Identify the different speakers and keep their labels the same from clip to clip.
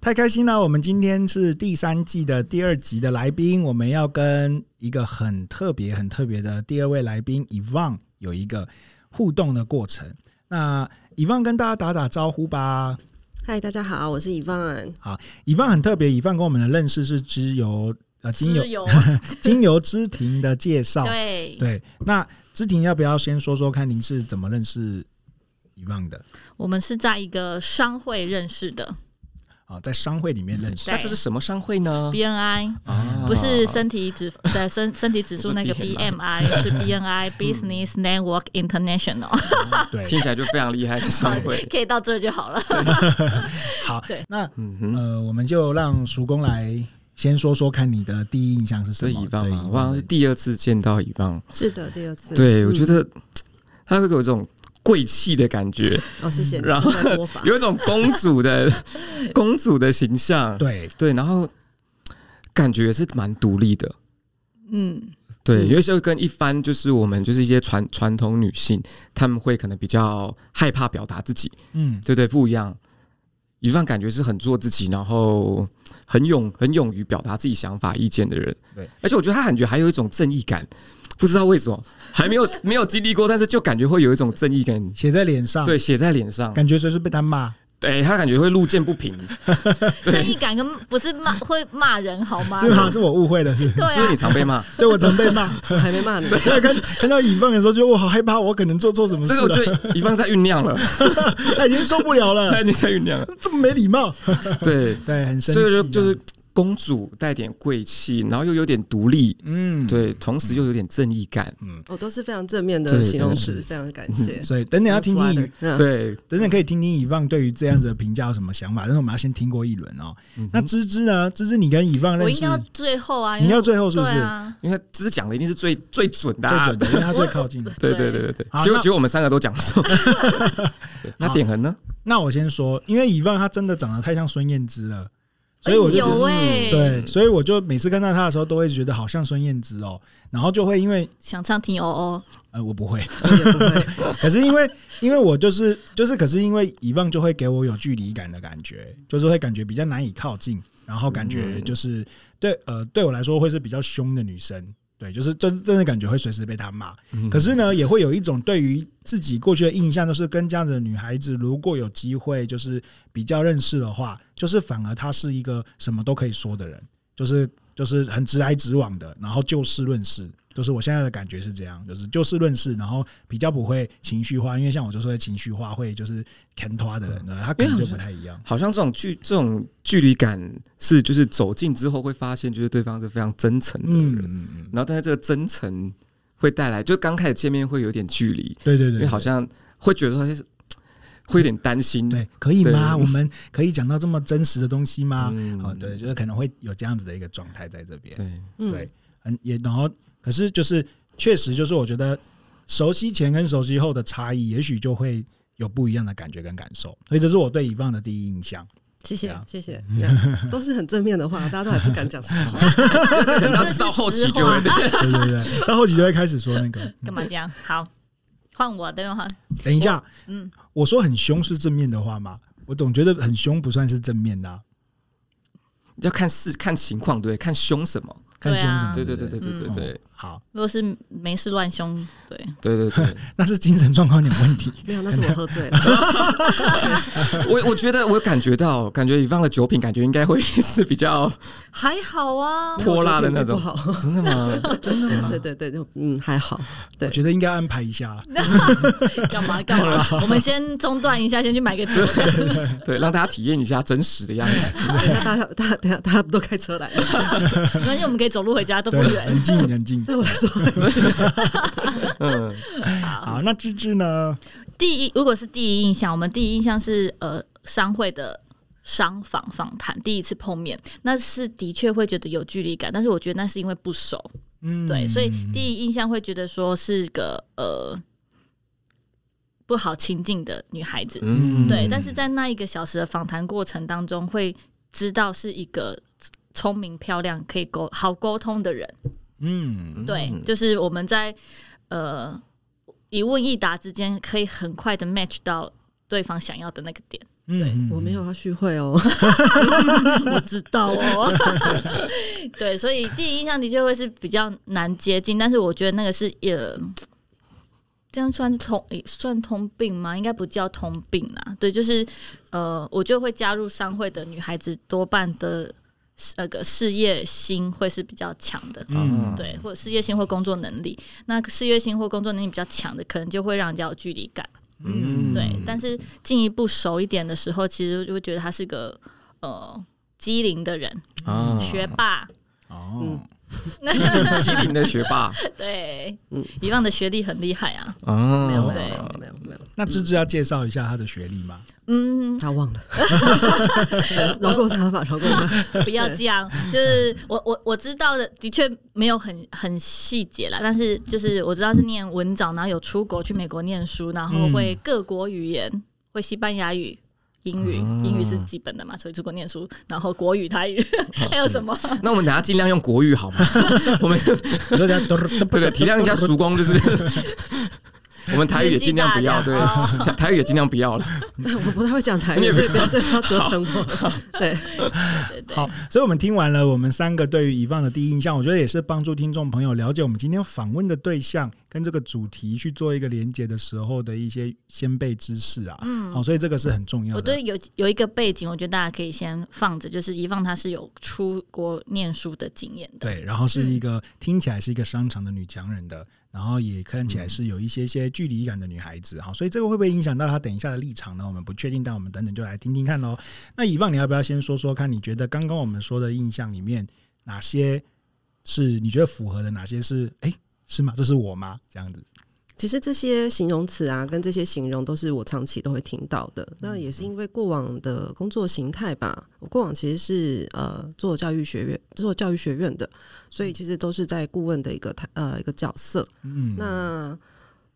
Speaker 1: 太开心了！我们今天是第三季的第二集的来宾，我们要跟一个很特别、很特别的第二位来宾 Evan 有一个互动的过程。那 Evan 跟大家打打招呼吧。
Speaker 2: 嗨，大家好，我是 Evan。
Speaker 1: Evan 很特别，Evan 跟我们的认识是之由呃经由
Speaker 3: 自 由
Speaker 1: 经由知婷的介绍。
Speaker 3: 对，
Speaker 1: 对，那知婷要不要先说说看您是怎么认识 Evan 的？
Speaker 3: 我们是在一个商会认识的
Speaker 1: 啊，在商会里面认识
Speaker 3: 对
Speaker 4: 那这是什么商会呢？
Speaker 3: BNI，
Speaker 4: 啊
Speaker 3: 不是身体指 呃身身体指 数那个
Speaker 4: 不是 BNI
Speaker 3: BMI，是 BNI Business Network
Speaker 1: 嗯
Speaker 3: International，
Speaker 1: 对，
Speaker 4: 听起来就非常厉害的 商会。
Speaker 3: 可以到这就好了。
Speaker 1: 好
Speaker 3: 对，
Speaker 1: 那
Speaker 4: 嗯哼，
Speaker 1: 呃，我们就让叔公来先说说看你的第一印象是什
Speaker 4: 所
Speaker 1: 么？
Speaker 4: 以以棒
Speaker 1: 对
Speaker 4: 嘛，我好像是
Speaker 1: 对
Speaker 4: 第二次见到以棒，
Speaker 2: 是的，第二次。
Speaker 4: 对我
Speaker 2: 嗯
Speaker 4: 觉得他会给我一种贵气的 感觉，
Speaker 2: 哦，谢谢。
Speaker 4: 然后
Speaker 2: 你在播法
Speaker 4: 有一种公主的公主的形象。
Speaker 1: 对
Speaker 4: 对，然后感觉也是蛮独立的。
Speaker 3: 嗯，
Speaker 4: 对，
Speaker 2: 嗯
Speaker 4: 因为就跟一般就是我们就是一些传传统女性，她们会可能比较害怕表达自己，
Speaker 1: 嗯
Speaker 4: 对对，不一样。一范感觉是很做自己，然后很勇很勇于表达自己想法意见的人。
Speaker 1: 对，
Speaker 4: 而且我觉得他感觉还有一种正义感，不知道为什么 还没有没有经历过，但是就感觉会有一种正义感，
Speaker 1: 写在脸上，
Speaker 4: 对，，写在脸上。
Speaker 1: 感觉随时被他骂。
Speaker 4: 对他感觉会路见不平，
Speaker 1: 啊
Speaker 3: 正义感跟不是骂会骂人好吗？
Speaker 1: 是吗？是我误会了，是 不是？
Speaker 3: 对
Speaker 4: 是不是
Speaker 3: 啊
Speaker 4: 你，常被骂？
Speaker 1: 对我常被骂。
Speaker 2: 还没 骂你，
Speaker 1: 对，跟看到乙方的时候，觉得我好害怕，我可能做错什么
Speaker 4: 这
Speaker 1: 事
Speaker 4: 个我
Speaker 1: 了，哎
Speaker 4: 觉得一范在酝 酿了，
Speaker 1: 他已经受不了
Speaker 4: 他
Speaker 1: 了，
Speaker 4: 已经在酝酿了。
Speaker 1: 这么没礼貌。
Speaker 4: 对，
Speaker 1: 对，很生气啊
Speaker 4: 所以
Speaker 1: 这
Speaker 4: 就
Speaker 1: 样。
Speaker 4: 就是公主带点贵气，然后又有点独立，
Speaker 1: 嗯，
Speaker 4: 对，同时又有点正义感，
Speaker 2: 我都是非常正面
Speaker 4: 对
Speaker 2: 的
Speaker 4: 对
Speaker 2: 形容
Speaker 4: 对嗯
Speaker 2: 词，非常感谢。
Speaker 1: 所以等等要听听乙，
Speaker 2: 嗯，
Speaker 4: 对，
Speaker 1: 等等可以听听乙方对于这样子的评价有什么想法，但是我们要先听过一轮哦。
Speaker 4: 嗯
Speaker 1: 那芝芝呢？芝芝，你跟乙方
Speaker 3: 我
Speaker 1: 认
Speaker 3: 应
Speaker 1: 识
Speaker 3: 该，要最后啊，
Speaker 1: 你
Speaker 3: 因为
Speaker 1: 要最后是不
Speaker 3: 对
Speaker 1: 是？
Speaker 3: 啊，
Speaker 4: 因为他只是讲的一定是最最准的、
Speaker 1: 最
Speaker 4: 啊，
Speaker 1: 准的，因为他最靠近。
Speaker 4: 对对对对对
Speaker 1: 好，
Speaker 4: 结果
Speaker 1: 那
Speaker 4: 结果我们三个都讲 错。对那点恒呢？
Speaker 1: 那我先说，因为以望他真的长得太像孙燕姿了，所以我
Speaker 3: 哎
Speaker 1: 就觉得、
Speaker 3: 有哎，
Speaker 1: 对，所以我就每次看到他的时候，都会觉得好像孙燕姿哦，然后就会因为
Speaker 3: 想唱听 哦哦，
Speaker 1: 呃我不会，
Speaker 2: 我也不会。
Speaker 1: 可是因为因为我就是就是可是因为以望就会给我有距离感的感觉，就是会感觉比较难以靠近，然后感觉
Speaker 4: 嗯
Speaker 1: 就是、对呃对我来说会是比较凶的女生。对，就是真真的感觉会随时被他骂，
Speaker 3: 嗯
Speaker 1: 可是呢，也会有一种对于自己过去的印象，就是跟这样的女孩子，如果有机会就是比较认识的话，就是反而她是一个什么都可以说的人，就是就是很直来直往的，然后就事论事。就是我现在的感觉是这样，就是就事论事，然后比较不会情绪化，因为像我就是会情绪化，会就是砍拖的
Speaker 4: 嗯
Speaker 1: 人，他可能就不太一样。
Speaker 4: 好像这种距这种距离感是就是走近之后会发现，就是对方是非常真诚的
Speaker 1: 嗯
Speaker 4: 人，
Speaker 1: 嗯嗯，
Speaker 4: 然后但是这个真诚会带来，就刚开始见面会有点距离，
Speaker 1: 对对对，
Speaker 4: 因为好像会觉得说会有点担心。
Speaker 1: 对，可以吗？
Speaker 4: 对
Speaker 1: 我们可以讲到这么真实的东西吗？
Speaker 4: 嗯
Speaker 1: 哦，对，就是可能会有这样子的一个状态在这边。
Speaker 4: 对，
Speaker 2: 嗯
Speaker 1: 对，，嗯，也然后可是就是确实就是我觉得熟悉前跟熟悉后的差异，也许就会有不一样的感觉跟感受，所以这是我对以放的第一印象。
Speaker 2: 谢
Speaker 1: 对
Speaker 2: 谢
Speaker 1: 啊，
Speaker 2: 谢谢，这样都是很正面的话，大家都还不敢讲实 话。
Speaker 3: 这是
Speaker 4: 到后期
Speaker 3: 实
Speaker 4: 就
Speaker 3: 话
Speaker 4: 会，对
Speaker 1: 对对对，到后期就会开始说那个，
Speaker 3: 干嘛这样？好，换我，等一会儿，
Speaker 1: 等一下，
Speaker 3: 嗯，
Speaker 1: 我说很凶是正面的话吗？我总觉得很凶不算是正面的啊、
Speaker 4: 要看事看情况，对，看凶什么，
Speaker 1: 看凶什么？
Speaker 3: 啊
Speaker 4: 对
Speaker 1: 对
Speaker 4: 对对对对对
Speaker 1: 嗯
Speaker 4: 对
Speaker 1: 好，
Speaker 3: 如果是没事乱凶，对，
Speaker 4: 对对对。
Speaker 1: 那是精神状况有点问题。
Speaker 2: 没有，那是我喝醉了。
Speaker 4: 我我觉得我感觉到，感觉以放的酒品，感觉应该会是比 较
Speaker 3: 还 好啊，
Speaker 4: 泼辣的那种
Speaker 2: 不好。
Speaker 4: 真的吗？真的吗
Speaker 2: 对？对对，就嗯还好。
Speaker 1: 我觉得应该安排一 下啦。
Speaker 3: 干嘛干嘛？
Speaker 1: 啊
Speaker 3: 我们先中断一下，先去买个 酒。
Speaker 4: 对，让大家体验一下真实的样 子。
Speaker 2: 等一下大家大家等一下大家不都开车来了？
Speaker 3: 没关系，我们可以走路回家，都不
Speaker 1: 对，
Speaker 3: 远。
Speaker 1: 冷静冷静。
Speaker 2: 对我来说，
Speaker 4: 嗯，
Speaker 3: 好，
Speaker 1: 好，那芝芝呢？
Speaker 3: 第一，如果是第一印象，我们第一印象是呃商会的商访访谈，第一次碰面，那是的确会觉得有距离感，但是我觉得那是因为不熟，
Speaker 1: 嗯，
Speaker 3: 对，所以第一印象会觉得说是个呃不好亲近的女孩子，
Speaker 4: 嗯
Speaker 3: 对，但是在那一个小时的访谈过程当中，会知道是一个聪明、漂亮、可以沟好沟通的人。
Speaker 1: 嗯，
Speaker 3: 对，就是我们在呃一问一答之间，可以很快的 match 到对方想要的那个点。
Speaker 1: 嗯，
Speaker 2: 我没有要续会哦，
Speaker 3: 我知道哦。对，所以第一印象的确会是比较难接近，但是我觉得那个是也。嗯这样算通算通病吗？应该不叫通病啦。对，就是呃，我就会加入商会的女孩子，多半的那个事业心会是比较强的，
Speaker 1: 嗯
Speaker 3: 对，或者事业心或工作能力。那事业心或工作能力比较强的，可能就会让人家有距离感。
Speaker 4: 嗯，
Speaker 3: 对，但是进一步熟一点的时候，其实就会觉得他是个呃机灵的人，
Speaker 4: 啊，
Speaker 3: 学啊霸，
Speaker 1: 哦，
Speaker 4: 机灵的学 霸
Speaker 3: 对
Speaker 2: 嗯，
Speaker 3: 以往的学历很厉害啊，
Speaker 4: 啊，
Speaker 2: 没有
Speaker 3: 对
Speaker 2: 没有没有没有，
Speaker 1: 那芝芝要介绍一下她的学历吗？
Speaker 3: 嗯，
Speaker 2: 他忘了， 饶过他吧，饶过他。
Speaker 3: 不要这样，就是我我我知道的，的确没有很很细节啦，但是就是我知道是念文藻，然后有出国去美国念书，然后会各国语言，会西班牙语。英语，
Speaker 4: 嗯
Speaker 3: 英语是基本的嘛，所以出国念书，然后国语、台语，还有什么？
Speaker 4: 那我们等下尽量用国语好吗？我们
Speaker 1: 对
Speaker 4: 嗯 对对，体谅一下曙 光，就是我们台语也尽量不要，
Speaker 3: 年纪
Speaker 4: 对
Speaker 3: 大，哦
Speaker 4: 台 台语也尽量不 要了。
Speaker 2: 我不太会讲台
Speaker 4: 你
Speaker 2: 语，
Speaker 4: 也不
Speaker 2: 所以不要再要折腾我。对，
Speaker 3: 对对
Speaker 1: 好，所以我们听完了我们三个对于遗忘的第一印象，我觉得也是帮助听众朋友了解我们今天访问的对象跟这个主题去做一个连接的时候的一些先辈知识啊。嗯，好、所以这个是很重要
Speaker 3: 我
Speaker 1: 的
Speaker 3: 对。有有一个背景，我觉得大家可以先放着，就是遗忘她是有出国念书的经验的。
Speaker 1: 对，然后
Speaker 4: 嗯
Speaker 1: 是一个、听起来是一个商场的女强人的，然后也看
Speaker 4: 嗯
Speaker 1: 起来是有一些些距离感的女孩子哈、所以这个会不会影响到她等一下的立场呢？我们不确定，但我们等等就来听听看喽。那以望你要不要先说说看？你觉得刚刚我们说的印象里面哪些是你觉得符合的，哪些是哎是吗？这是我吗？这样子，
Speaker 2: 其实这些形容词啊，跟这些形容都是我长期都会听到的。
Speaker 4: 嗯
Speaker 2: 那也是因为过往的工作形态吧，我过往其实是呃做教育学院，做教育学院的，所
Speaker 4: 嗯
Speaker 2: 以其实都是在顾问的一个态呃一个角色。
Speaker 1: 嗯，
Speaker 2: 那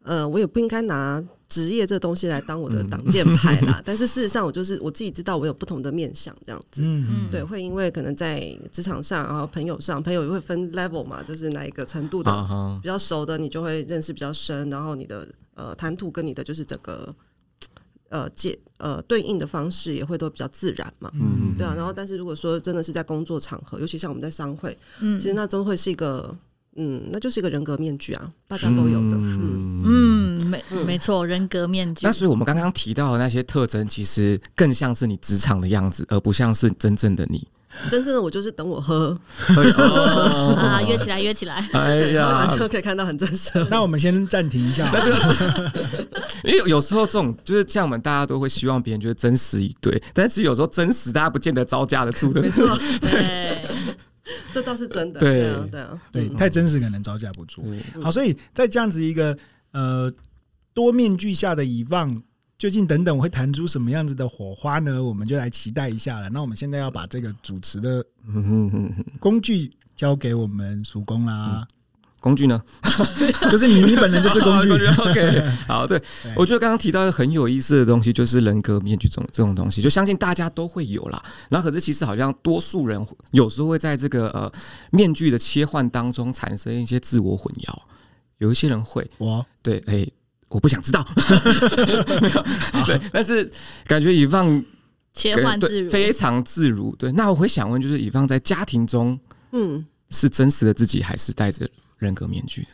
Speaker 2: 呃，我也不应该拿职业这东西来当我
Speaker 4: 嗯
Speaker 2: 的挡箭牌 啦。但是事实上，我就是我自己知道我有不同的面向这样子。
Speaker 1: 嗯
Speaker 3: 嗯
Speaker 2: 对，会因为可能在职场上，然后朋友上，朋友也会分 level 嘛，就是哪一个程度的
Speaker 4: 啊哈，
Speaker 2: 比较熟的，你就会认识比较深，然后你的呃谈吐跟你的就是整个呃接呃对应的方式也会都比较自然嘛。
Speaker 1: 嗯
Speaker 2: 对啊，然后但是如果说真的是在工作场合，尤其像我们在商会，
Speaker 3: 嗯
Speaker 2: 其实那都会是一个，嗯，那就是一个人格面具啊，大家都有的，嗯，
Speaker 3: 嗯，没没错，人格面具
Speaker 4: 那。所以我们刚刚提到的那些特征，其实更像是你职场的样子，而不像是真正的 你。
Speaker 2: 真正的我就是等我喝
Speaker 4: 所以哦
Speaker 3: 啊，约起来，约起 来！
Speaker 4: 哎
Speaker 2: 喝
Speaker 4: 呀
Speaker 2: 完， 就可以看到很真实。
Speaker 1: 那我们先暂停一下，
Speaker 4: 那这个，因为有时候这种就是像我们大家都会希望别人觉得真实以对，但是有时候真实大家不见得招架得住的。
Speaker 2: 没错，
Speaker 3: 对，
Speaker 2: 这倒是真的。
Speaker 4: 对
Speaker 2: 对啊，对啊，
Speaker 1: 对，
Speaker 2: 嗯
Speaker 1: 太真实可能招架不住。
Speaker 4: 对
Speaker 1: 好，所以在这样子一个呃多面具下的遗忘，究竟等等会弹出什么样子的火花呢？我们就来期待一下了。那我们现在要把这个主持的
Speaker 4: 嗯嗯嗯嗯，
Speaker 1: 工具交给我们叔公啦，
Speaker 4: 工具 呢？
Speaker 1: 就是你，你本人就是 工具。
Speaker 4: OK，好，对
Speaker 1: 对，
Speaker 4: 我觉得刚刚提到一个很有意思的东西，就是人格面具这种这种东西，就相信大家都会有啦。然后，可是其实好像多数人有时候会在这个呃面具的切换当中产生一些自我混淆，有一些人会
Speaker 1: 我
Speaker 4: 对，哎、我不想知道， 没有 对，但是感觉以放
Speaker 3: 切换自
Speaker 4: 对
Speaker 3: 如。
Speaker 4: 非常自如，对。那我会想问，就是以放在家庭中
Speaker 2: 嗯，
Speaker 4: 是真实的自己，还是戴着人格面具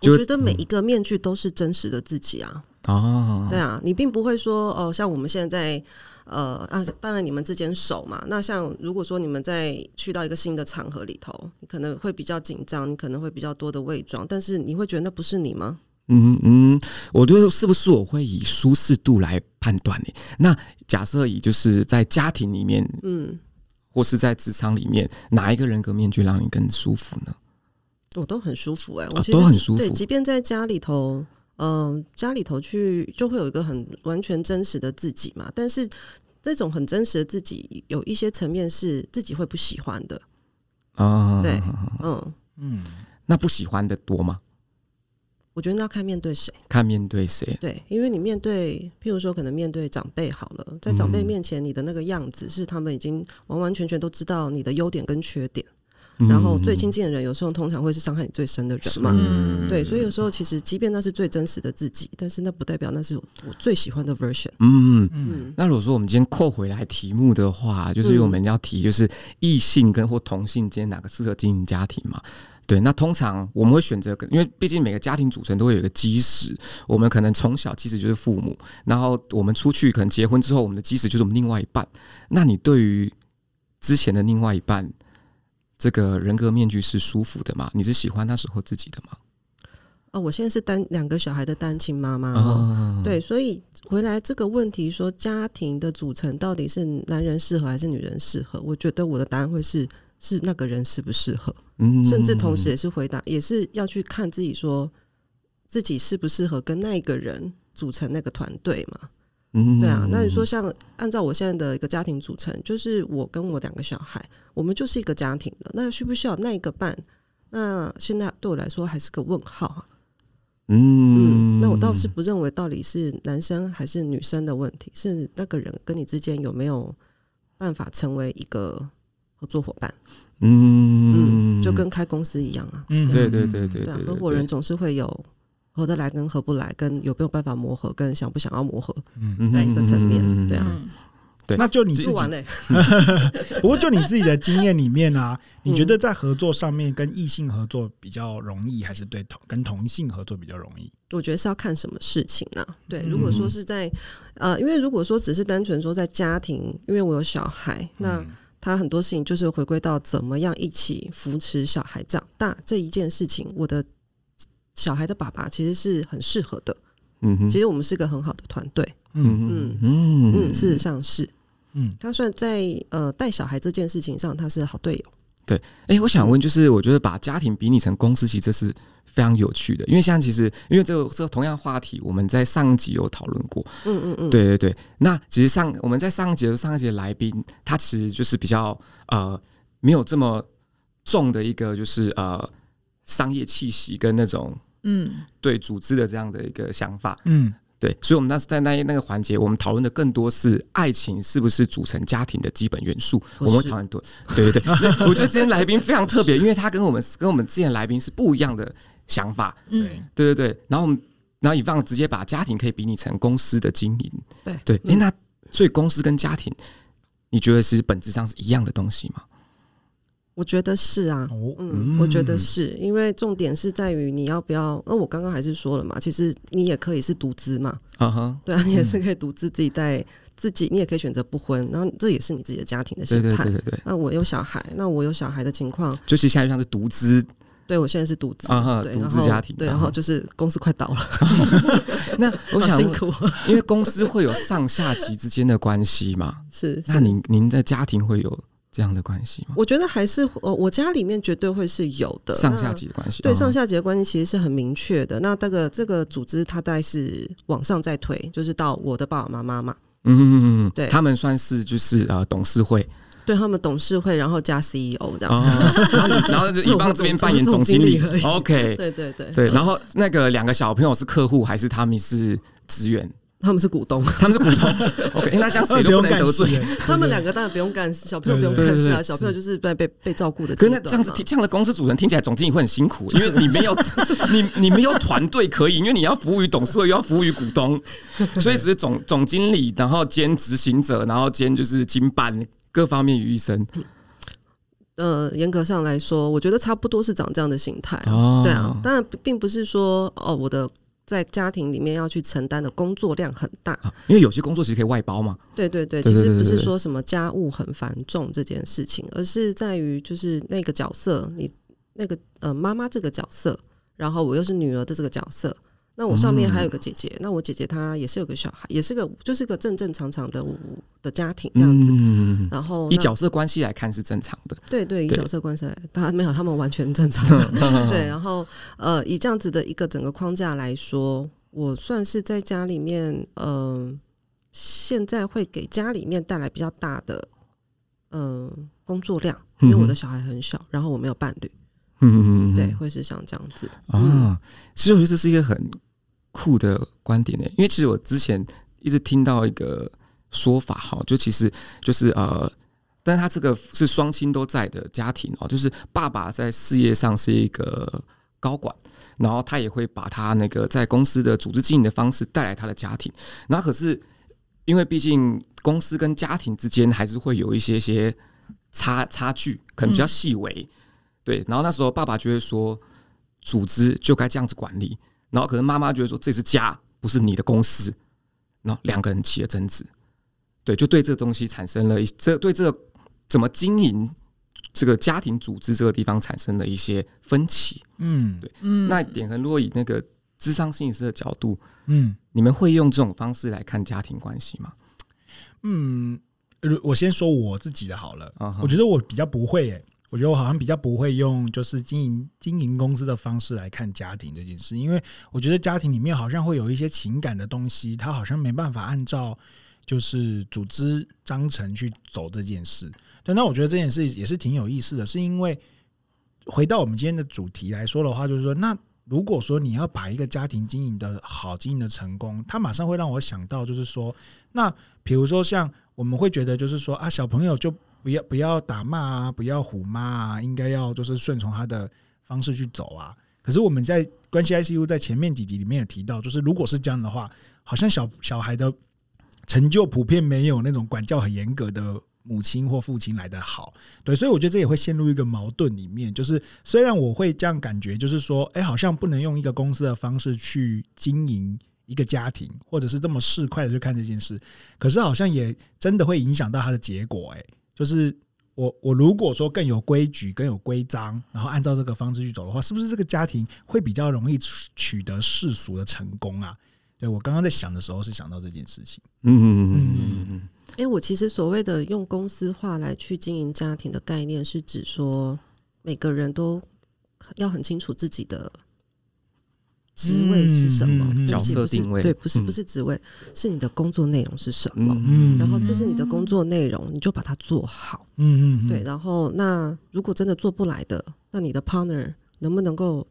Speaker 4: 就
Speaker 2: 我觉得每一个面具都是真实的自己啊。
Speaker 4: 的？哦，
Speaker 2: 对啊，你并不会说哦，像我们现在在呃啊，当然你们之间熟嘛。那像如果说你们在去到一个新的场合里头，你可能会比较紧张，你可能会比较多的伪装，但是你会觉得那不是你吗？
Speaker 4: 嗯嗯，我觉得是不是我会以舒适度来判断呢？那假设以就是在家庭里面
Speaker 2: 嗯，
Speaker 4: 或是在职场里面，哪一个人格面具让你更舒服呢？
Speaker 2: 我都很舒服哎、我
Speaker 4: 啊
Speaker 2: 其实、
Speaker 4: 都很舒服
Speaker 2: 对，即便在家里头。嗯，家里头去就会有一个很完全真实的自己嘛，但是这种很真实的自己，有一些层面是自己会不喜欢的，
Speaker 4: 啊，
Speaker 2: 对，嗯，
Speaker 1: 嗯，
Speaker 4: 那不喜欢的多吗？
Speaker 2: 我觉得那要看面对谁。
Speaker 4: 看面对谁？
Speaker 2: 对，因为你面对，譬如说，可能面对长辈好了，在长辈面前，你的那个样子是他们已经完完全全都知道你的优点跟缺点，然后最亲近的人，有时候通常会是伤害你最深的人嘛。
Speaker 4: 嗯
Speaker 2: 对，所以有时候其实，即便那是最真实的自己，但是那不代表那是我最喜欢的 version。
Speaker 4: 嗯，
Speaker 2: 嗯，
Speaker 4: 那如果说我们今天扣回来题目的话，就是因为我们要提就是异性跟或同性间哪个适合经营家庭嘛？对，那通常我们会选择跟，因为毕竟每个家庭组成都会有一个基石，我们可能从小其实就是父母，然后我们出去可能结婚之后，我们的基石就是我们另外一半。那你对于之前的另外一半，这个人格面具是舒服的吗？你是喜欢那时候自己的吗？
Speaker 2: 啊，我现在是单两个小孩的单亲妈妈哦。
Speaker 4: 啊，
Speaker 2: 对，所以回来这个问题说，家庭的组成到底是男人适合还是女人适合？我觉得我的答案会是是那个人适不适合，
Speaker 4: 嗯
Speaker 2: 甚至同时也是回答，也是要去看自己说自己适不适合跟那一个人组成那个团队嘛。
Speaker 4: 嗯
Speaker 2: 对啊，那你说像按照我现在的一个家庭组成，就是我跟我两个小孩，我们就是一个家庭了。那需不需要那一个伴？那现在对我来说还是个问号啊。
Speaker 4: 嗯
Speaker 2: 嗯，那我倒是不认为到底是男生还是女生的问题，是那个人跟你之间有没有办法成为一个合作伙伴？
Speaker 4: 嗯
Speaker 2: 嗯，就跟开公司一样啊，
Speaker 1: 嗯
Speaker 4: 对对对对
Speaker 2: 对啊
Speaker 4: 对，，
Speaker 2: 合伙人总是会有合得来跟合不来，跟有没有办法磨合，跟想不想要磨合
Speaker 1: 嗯，
Speaker 2: 那
Speaker 4: 哪
Speaker 2: 一个层面，对啊。
Speaker 3: 嗯，
Speaker 4: 对
Speaker 1: 那就你自己
Speaker 2: 做，完嘞，
Speaker 1: 不过就你自己的经验里面 啊，你觉得在合作上面跟异性合作比较容易，还是对同跟同性合作比较容易？
Speaker 2: 我觉得是要看什么事情啦。对，
Speaker 1: 嗯
Speaker 2: 如果说是在呃，因为如果说只是单纯说在家庭，因为我有小孩，那
Speaker 1: 嗯
Speaker 2: 他很多事情就是回归到怎么样一起扶持小孩长大这一件事情。我的小孩的爸爸其实是很适合的，
Speaker 4: 嗯哼
Speaker 2: 其实我们是一个很好的团队。
Speaker 1: 嗯
Speaker 4: 嗯嗯
Speaker 2: 嗯，事实上是
Speaker 1: 嗯，
Speaker 2: 他算在呃带小孩这件事情上，他是好队友。
Speaker 4: 哎、我想问，就是我觉得把家庭比拟成公司，其实这是非常有趣的，因为像其实因为这个这个同样话题，我们在上一集有讨论过，
Speaker 2: 嗯嗯嗯，
Speaker 4: 对对对。那其实上我们在上一集的上一集的来宾，他其实就是比较呃没有这么重的一个就是呃商业气息跟那种
Speaker 3: 嗯，
Speaker 4: 对组织的这样的一个想法，
Speaker 1: 嗯
Speaker 4: 对，所以我们当时在那那个环节，我们讨论的更多是爱情是不是组成家庭的基本元素。
Speaker 2: 不
Speaker 4: 我
Speaker 2: 是
Speaker 4: 们会讨论多，对对对。那我觉得今天来宾非常特别，因为他跟我们跟我们之前的来宾是不一样的想法。
Speaker 1: 对
Speaker 3: 嗯，
Speaker 4: 对对对，然后我们然后以放直接把家庭可以比拟成公司的经营。
Speaker 2: 对
Speaker 4: 对，哎、
Speaker 2: 嗯
Speaker 4: 那所以公司跟家庭，你觉得其实本质上是一样的东西吗？
Speaker 2: 我觉得是啊。
Speaker 1: 哦
Speaker 2: 嗯，我觉得是因为重点是在于你要不要。那我刚刚还是说了嘛，其实你也可以是独资嘛，
Speaker 4: 啊哈，
Speaker 2: 对啊，你也是可以独自自己带自己，你也可以选择不婚，然后这也是你自己的家庭的
Speaker 4: 对
Speaker 2: 心
Speaker 4: 对
Speaker 2: 态
Speaker 4: 对。对对，
Speaker 2: 那我有小孩，那我有小孩的情况，
Speaker 4: 就是现在就像是独资
Speaker 2: 对我现在是独资，
Speaker 4: 啊哈
Speaker 2: 对，
Speaker 4: 独
Speaker 2: 然
Speaker 4: 资
Speaker 2: 后
Speaker 4: 家庭
Speaker 2: 对，
Speaker 4: 啊哈
Speaker 2: 然后就是公司快倒了，
Speaker 4: 那我
Speaker 2: 好
Speaker 4: 想
Speaker 2: 辛
Speaker 4: 问，
Speaker 2: 苦，
Speaker 4: 因为公司会有上下级之间的关系嘛，
Speaker 2: 是。
Speaker 4: 那
Speaker 2: 是
Speaker 4: 您您的家庭会有这样的关系吗？
Speaker 2: 我觉得还是我我家里面绝对会是有的
Speaker 4: 上下
Speaker 2: 那
Speaker 4: 级的关系？
Speaker 2: 呃对
Speaker 4: 嗯
Speaker 2: 上下级的关系其实是很明确的。那这个这个组织它大概是往上在推，就是到我的爸爸妈妈嘛，
Speaker 4: 嗯嗯嗯嗯，
Speaker 2: 对
Speaker 4: 他们算是就是呃董事会
Speaker 2: 对他们董事会，然后加 CEO 这样。
Speaker 4: 哦， 然后你然后就一帮这边扮演总经理
Speaker 2: 我总经理而已
Speaker 4: ，OK，
Speaker 2: 对对对，
Speaker 4: 对，然后那个两个小朋友是客户还是他们是职员？
Speaker 2: 他们是股东，
Speaker 4: 他们是股东 ，OK，诶那这 样谁
Speaker 1: 不
Speaker 4: 都不
Speaker 1: 用
Speaker 4: 能
Speaker 1: 干
Speaker 4: 得
Speaker 1: 事
Speaker 4: 罪。
Speaker 1: 欸，
Speaker 2: 他们两个当然不用干事，小朋友不
Speaker 1: 对
Speaker 2: 用
Speaker 4: 对
Speaker 2: 干事啊，
Speaker 4: 对
Speaker 2: 小朋友就是被被被照顾的
Speaker 4: 可
Speaker 2: 阶
Speaker 4: 是那
Speaker 2: 段嘛。啊
Speaker 4: 这样子，这样的公司组成听起来总经理会很辛苦，因为你没有 你你没有团队可以，因为你要服务于董事会，又要服务于股东，所以只是总总经理，然后兼执行者，然后兼就是经办各方面于一身。
Speaker 2: 呃，严格上来说，我觉得差不多是长这样的形态啊。
Speaker 4: 哦
Speaker 2: 对啊，当然并不是说哦，我的在家庭里面要去承担的工作量很大。
Speaker 4: 啊因为有些工作其实可以外包嘛。
Speaker 2: 对对对，
Speaker 4: 对
Speaker 2: 其
Speaker 4: 对
Speaker 2: 实不
Speaker 4: 对对
Speaker 2: 是
Speaker 4: 对
Speaker 2: 说什么家务很繁重这件事情，而是在于就是那个角色，你那个呃妈妈这个角色，然后我又是女儿的这个角色。那我上面还有个姐姐，那我姐姐她也是有个小孩，也是个就是个正正常常的的家庭这样子。
Speaker 4: 嗯，
Speaker 2: 然后
Speaker 4: 以
Speaker 2: 那
Speaker 4: 角色关系来看是正常的。
Speaker 2: 对对，以
Speaker 4: 对嗯
Speaker 2: 角色观上来，他没有，他们完全正 常。对，然后呃，以这样子的一个整个框架来说，我算是在家里面，嗯、现在会给家里面带来比较大的，嗯、工作量，因为我的小孩很小，然后我没有伴侣，
Speaker 4: 嗯嗯，嗯嗯嗯
Speaker 2: 对，嗯会是像这样子。
Speaker 4: 啊，其实我觉得这是一个很酷的观点呢，欸因为其实我之前一直听到一个说法哈，就其实就是呃，但他这个是双亲都在的家庭哦，就是爸爸在事业上是一个高管，然后他也会把他那个在公司的组织经营的方式带来他的家庭。然后可是因为毕竟公司跟家庭之间还是会有一些些差差距，可能比较细微。对，然后那时候爸爸就会说，组织就该这样子管理。然后可能妈妈就会说，这是家，不是你的公司。然后两个人起了争执，对，就对这个东西产生了一这对这个怎么经营这个家庭组织这个地方产生了一些分歧。
Speaker 1: 嗯
Speaker 3: 嗯，
Speaker 4: 那点恒，如果以那个智商心理师的角度，
Speaker 1: 嗯
Speaker 4: 你们会用这种方式来看家庭关系吗？
Speaker 1: 嗯，如我先说我自己的好了，
Speaker 4: 啊哈
Speaker 1: 我觉得我比较不会耶、我觉得我好像比较不会用就是经营经营公司的方式来看家庭这件事，因为我觉得家庭里面好像会有一些情感的东西，它好像没办法按照就是组织章程去走这件事。对，那我觉得这件事也是挺有意思的，是因为回到我们今天的主题来说的话，就是说，那如果说你要把一个家庭经营的好、经营的成功，它马上会让我想到，就是说，那比如说像我们会觉得，就是说啊，小朋友就不要不要打骂啊，不要虎妈啊，应该要就是顺从他的方式去走啊。可是我们在关系 ICU 在前面几集里面也提到，就是如果是这样的话，好像小小孩的成就普遍没有那种管教很严格的母亲或父亲来的好。对，所以我觉得这也会陷入一个矛盾里面，就是虽然我会这样感觉，就是说，哎、好像不能用一个公司的方式去经营一个家庭，或者是这么市侩的去看这件事，可是好像也真的会影响到它的结果、哎，就是。我我如果说更有规矩、更有规章，然后按照这个方式去走的话，是不是这个家庭会比较容易取取得世俗的成功啊？对我刚刚在想的时候是想到这件事情。
Speaker 4: 嗯嗯嗯嗯
Speaker 2: 因为我其实所谓的用公司化来去经营家庭的概念，是指说每个人都要很清楚自己的职位是什么，
Speaker 1: 嗯嗯嗯
Speaker 2: 对
Speaker 4: 角色
Speaker 2: 不是
Speaker 4: 定位
Speaker 2: 对，不是
Speaker 4: 嗯
Speaker 2: 不是职位，是你的工作内容是什么。
Speaker 4: 嗯
Speaker 2: 然后这是你的工作内容，你就把它做好。
Speaker 1: 嗯嗯，嗯
Speaker 2: 对，，然后那如果真的做不来的，那你的 partner 能不能够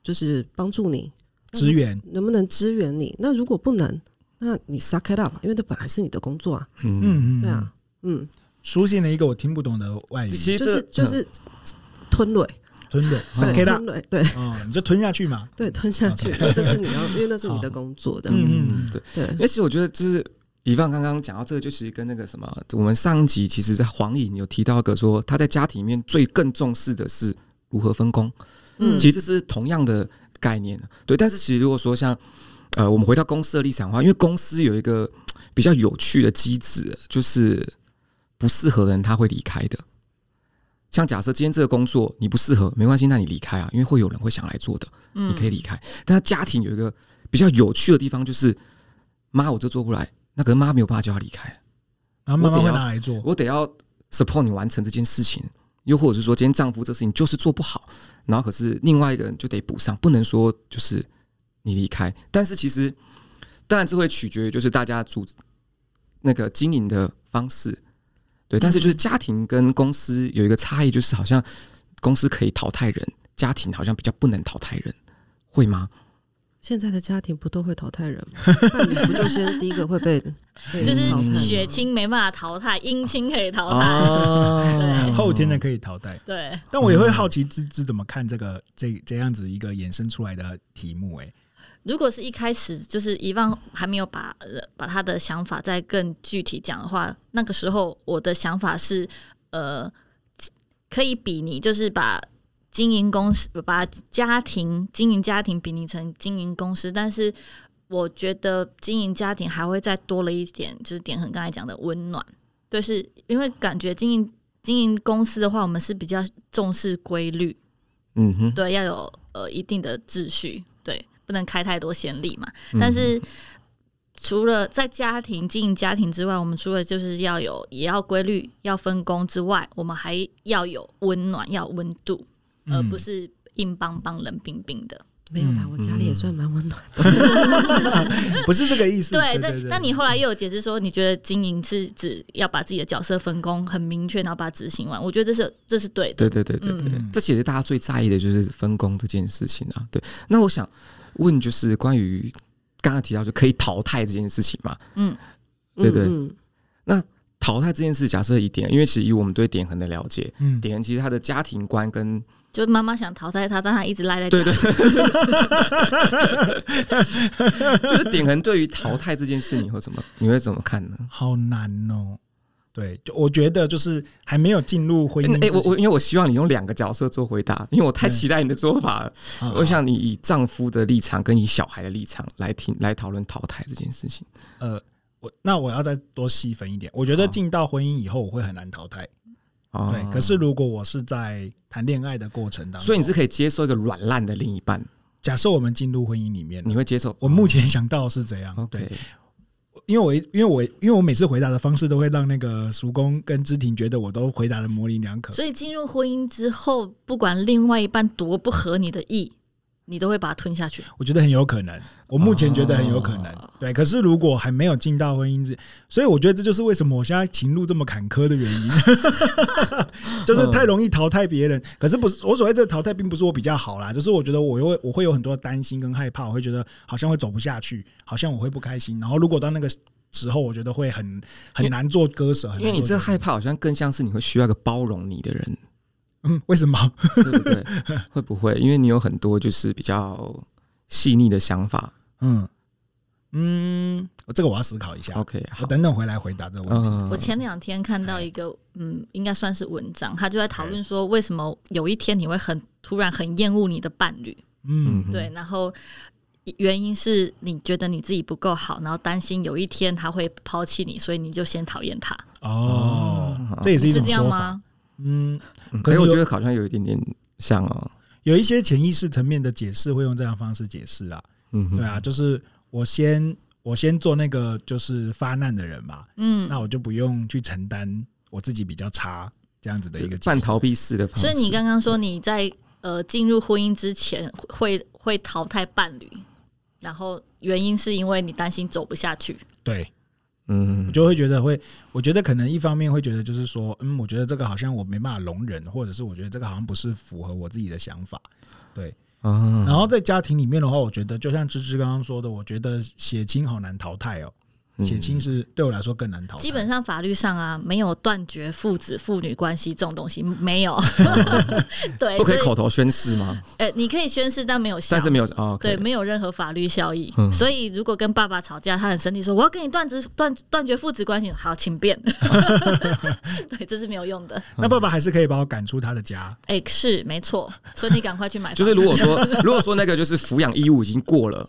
Speaker 2: 就是帮助你，
Speaker 1: 支援，
Speaker 2: 能不能支援你？那如果不能，那你 suck it up，因为这本来是你的工作啊。
Speaker 4: 嗯
Speaker 1: 嗯嗯，
Speaker 2: 对啊，嗯，
Speaker 1: 出现了一个我听不懂的外语，
Speaker 4: 其实
Speaker 2: 就
Speaker 4: 这
Speaker 2: 是就是吞蕊，
Speaker 1: 吞的
Speaker 2: 对
Speaker 1: k 啦
Speaker 2: 吞，蕊，对
Speaker 1: 哦，你就吞下去嘛，
Speaker 2: 对，吞下去，那是你要，因为那是你的工作这样子。
Speaker 1: 嗯
Speaker 4: 嗯对。
Speaker 2: 对
Speaker 4: 因，为其实我觉得就是。以放刚刚讲到这个，就其实跟那个什么，我们上一集其实，在黄颖有提到一个说，他在家庭里面最更重视的是如何分工。
Speaker 3: 嗯
Speaker 4: 其实这是同样的概念，啊对。但是其实如果说像呃，我们回到公司的立场的话，因为公司有一个嘖比较有趣的机制，就是不适合的人他会离开的。像假设今天这个工作你不适合，没关系，那你离开啊，因为会有人会想来做的，你
Speaker 3: 你
Speaker 4: 可以离开。但他家庭有一个比较有趣的地方，就是妈我这做不来，那可是妈没有办法叫他离开，啊
Speaker 1: 然后妈妈会
Speaker 4: 我得要
Speaker 1: 拿来做，
Speaker 4: 我得要 support 你完成这件事情，又或者是说，今天丈夫这事情就是做不好，然后可是另外一个人就得补上，不能说就是你离开。但是其实，当然这会取决于就是大家组那个经营的方式，对。但是就是家庭跟公司有一个差异，就是好像公司可以淘汰人，家庭好像比较不能淘汰人，会吗？
Speaker 2: 现在的家庭不都会淘汰人吗？伴侣不就先第一个会被被
Speaker 3: 就
Speaker 2: 淘汰
Speaker 3: 是
Speaker 2: 吗
Speaker 3: 血亲没办法淘汰，姻亲可以淘汰。
Speaker 4: 啊
Speaker 3: 对
Speaker 1: 后天的可以淘汰。
Speaker 3: 对，
Speaker 1: 但我也会好奇芝芝怎么看这个这这样子一个衍生出来的题目、哎，
Speaker 3: 如果是一开始就是遗忘还没有把呃把他的想法再更具体讲的话，那个时候我的想法是，呃，可以比拟，就是把经营公司、把家庭经营家庭比拟成经营公司，但是我觉得经营家庭还会再多了一点，就是点恒刚才讲的温暖，就是因为感觉经营经营公司的话，我们是比较重视规律，
Speaker 4: 嗯哼，
Speaker 3: 对，要有呃一定的秩序，对，不能开太多先例嘛。但是除了在家庭经营家庭之外，我们除了就是要有也要规律、要分工之外，我们还要有温暖、要有温度，而
Speaker 4: 呃
Speaker 1: 嗯
Speaker 3: 不是硬邦邦、冷冰冰的。
Speaker 2: 没有啦，我家里也算蛮温暖的。
Speaker 1: 不是这个意思。对，
Speaker 3: 对，但
Speaker 1: 对
Speaker 3: 但你后来又有解释说，你觉得经营是指要把自己的角色分工很明确，然后把它执行完。我觉得这是这是对的。
Speaker 4: 对对对对对，
Speaker 1: 嗯
Speaker 4: 这其实大家最在意的就是分工这件事情啊。对，那我想问，就是关于刚刚提到就可以淘汰这件事情嘛？
Speaker 3: 嗯，
Speaker 4: 对对
Speaker 2: 嗯，嗯
Speaker 4: 淘汰这件事，假设以点，因为其实以我们对点恒的了解，
Speaker 1: 嗯，
Speaker 4: 点恒其实他的家庭观跟
Speaker 3: 就妈妈想淘汰他，但他一直赖在家
Speaker 4: 对
Speaker 3: 里。
Speaker 4: 对，就是点恒对于淘汰这件事，你会怎么 你会怎么看呢？
Speaker 1: 好难哦。对，就我觉得就是还没有进入婚姻之
Speaker 4: 哎、
Speaker 1: 前。
Speaker 4: 我我因为我希望你用两个角色做回答，因为我太
Speaker 1: 嗯
Speaker 4: 期待你的做法了。
Speaker 1: 好
Speaker 4: 我想你以丈夫的立场跟以小孩的立场来听来讨论淘汰这件事情。
Speaker 1: 呃，我那我要再多细分一点。我觉得
Speaker 4: 好
Speaker 1: 进到婚姻以后，我会很难淘汰。
Speaker 4: 哦
Speaker 1: 对，可是如果我是在谈恋爱的过程当中，
Speaker 4: 所以你是可以接受一个软烂的另一半，
Speaker 1: 假设我们进入婚姻里面，
Speaker 4: 你会接受？
Speaker 1: 我目前想到的是这样。对
Speaker 4: OK，，
Speaker 1: 因为我因为我因为我每次回答的方式都会让那个叔公跟知婷觉得我都回答的模棱两可。
Speaker 3: 所以进入婚姻之后，不管另外一半多不合你的意，你都会把它吞下去。
Speaker 1: 我觉得很有可能，我目前觉得很有可能。
Speaker 4: 啊
Speaker 3: 哦
Speaker 1: 对，可是如果还没有进到婚姻之，所以我觉得这就是为什么我现在情路这么坎坷的原因， 就是太容易淘汰别人。可是不是我所谓这个淘汰，并不是我比较好啦，就是我觉得我又会我会有很多担心跟害怕，我会觉得好像会走不下去，好像我会不开心。然后如果到那个时候，我觉得会很很难做割舍，很
Speaker 4: 因为
Speaker 1: 难
Speaker 4: 你
Speaker 1: 做
Speaker 4: 这
Speaker 1: 决
Speaker 4: 个
Speaker 1: 定
Speaker 4: 害怕好像更像是你会需要一个包容你 的人，
Speaker 1: 嗯，为什么？
Speaker 4: 对不对？会不会？因为你有很多就是比较细腻的想法。
Speaker 1: 嗯嗯，我这个我要思考一下。
Speaker 4: OK，
Speaker 1: 我
Speaker 4: 好，
Speaker 1: 等等回来回答这个问题。
Speaker 4: 嗯
Speaker 3: 我前两天看到一
Speaker 1: 哎
Speaker 3: 个，嗯，应该算是文章，他就在讨论说，为什么有一天你会很突然很厌恶你的伴侣？
Speaker 1: 嗯，
Speaker 3: 对，，然后原因是你觉得你自己不够好，然后担心有一天他会抛弃你，所以你就先讨厌他，
Speaker 1: 哦
Speaker 4: 哦，
Speaker 1: 这也是一
Speaker 3: 是
Speaker 1: 种
Speaker 3: 这样
Speaker 1: 说法。
Speaker 3: 吗？
Speaker 1: 嗯，
Speaker 4: 嗯
Speaker 1: 可
Speaker 4: 哎，
Speaker 1: 能
Speaker 4: 我
Speaker 1: 有
Speaker 4: 觉得好像有一点点像哦，
Speaker 1: 有一些潜意识层面的解释会用这样的方式解释啊，
Speaker 4: 嗯哼，
Speaker 1: 对啊，就是我先我先做那个就是发难的人嘛，
Speaker 3: 嗯，
Speaker 1: 那我就不用去承担我自己比较差这样子的一个解释
Speaker 4: 半逃避式的方式。
Speaker 3: 所以你刚刚说你在呃进入婚姻之前会会淘汰伴侣，然后原因是因为你担心走不下去。
Speaker 1: 对，
Speaker 4: 嗯
Speaker 1: 我就会觉得会，我觉得可能一方面会觉得就是说，嗯，我觉得这个好像我没办法容忍，或者是我觉得这个好像不是符合我自己的想法，
Speaker 4: 啊
Speaker 1: 然后在家庭里面的话，我觉得就像芝芝刚刚说的，我觉得血亲好难淘汰哦，血亲是对我来说更难淘汰，
Speaker 3: 基本上法律上啊，没有断绝父子父女关系这种东西，没 有。对，
Speaker 4: 不可
Speaker 3: 所
Speaker 4: 以
Speaker 3: 以
Speaker 4: 口头宣 誓吗？
Speaker 3: 呃，你可以宣誓，但没有效
Speaker 4: 但。是没有哦，
Speaker 3: 对，没有任何法律效益。
Speaker 4: 嗯
Speaker 3: 所以，如果跟爸爸吵架，他很生气，说我要跟你断子断断绝父子关系，好，请 便。对，这是没有用的。
Speaker 1: 那爸爸还是可以把我赶出他的家，
Speaker 3: 哎、是没错，所以你赶快去买房。
Speaker 4: 就是如果说 如果说那个就是抚养义务已经过了，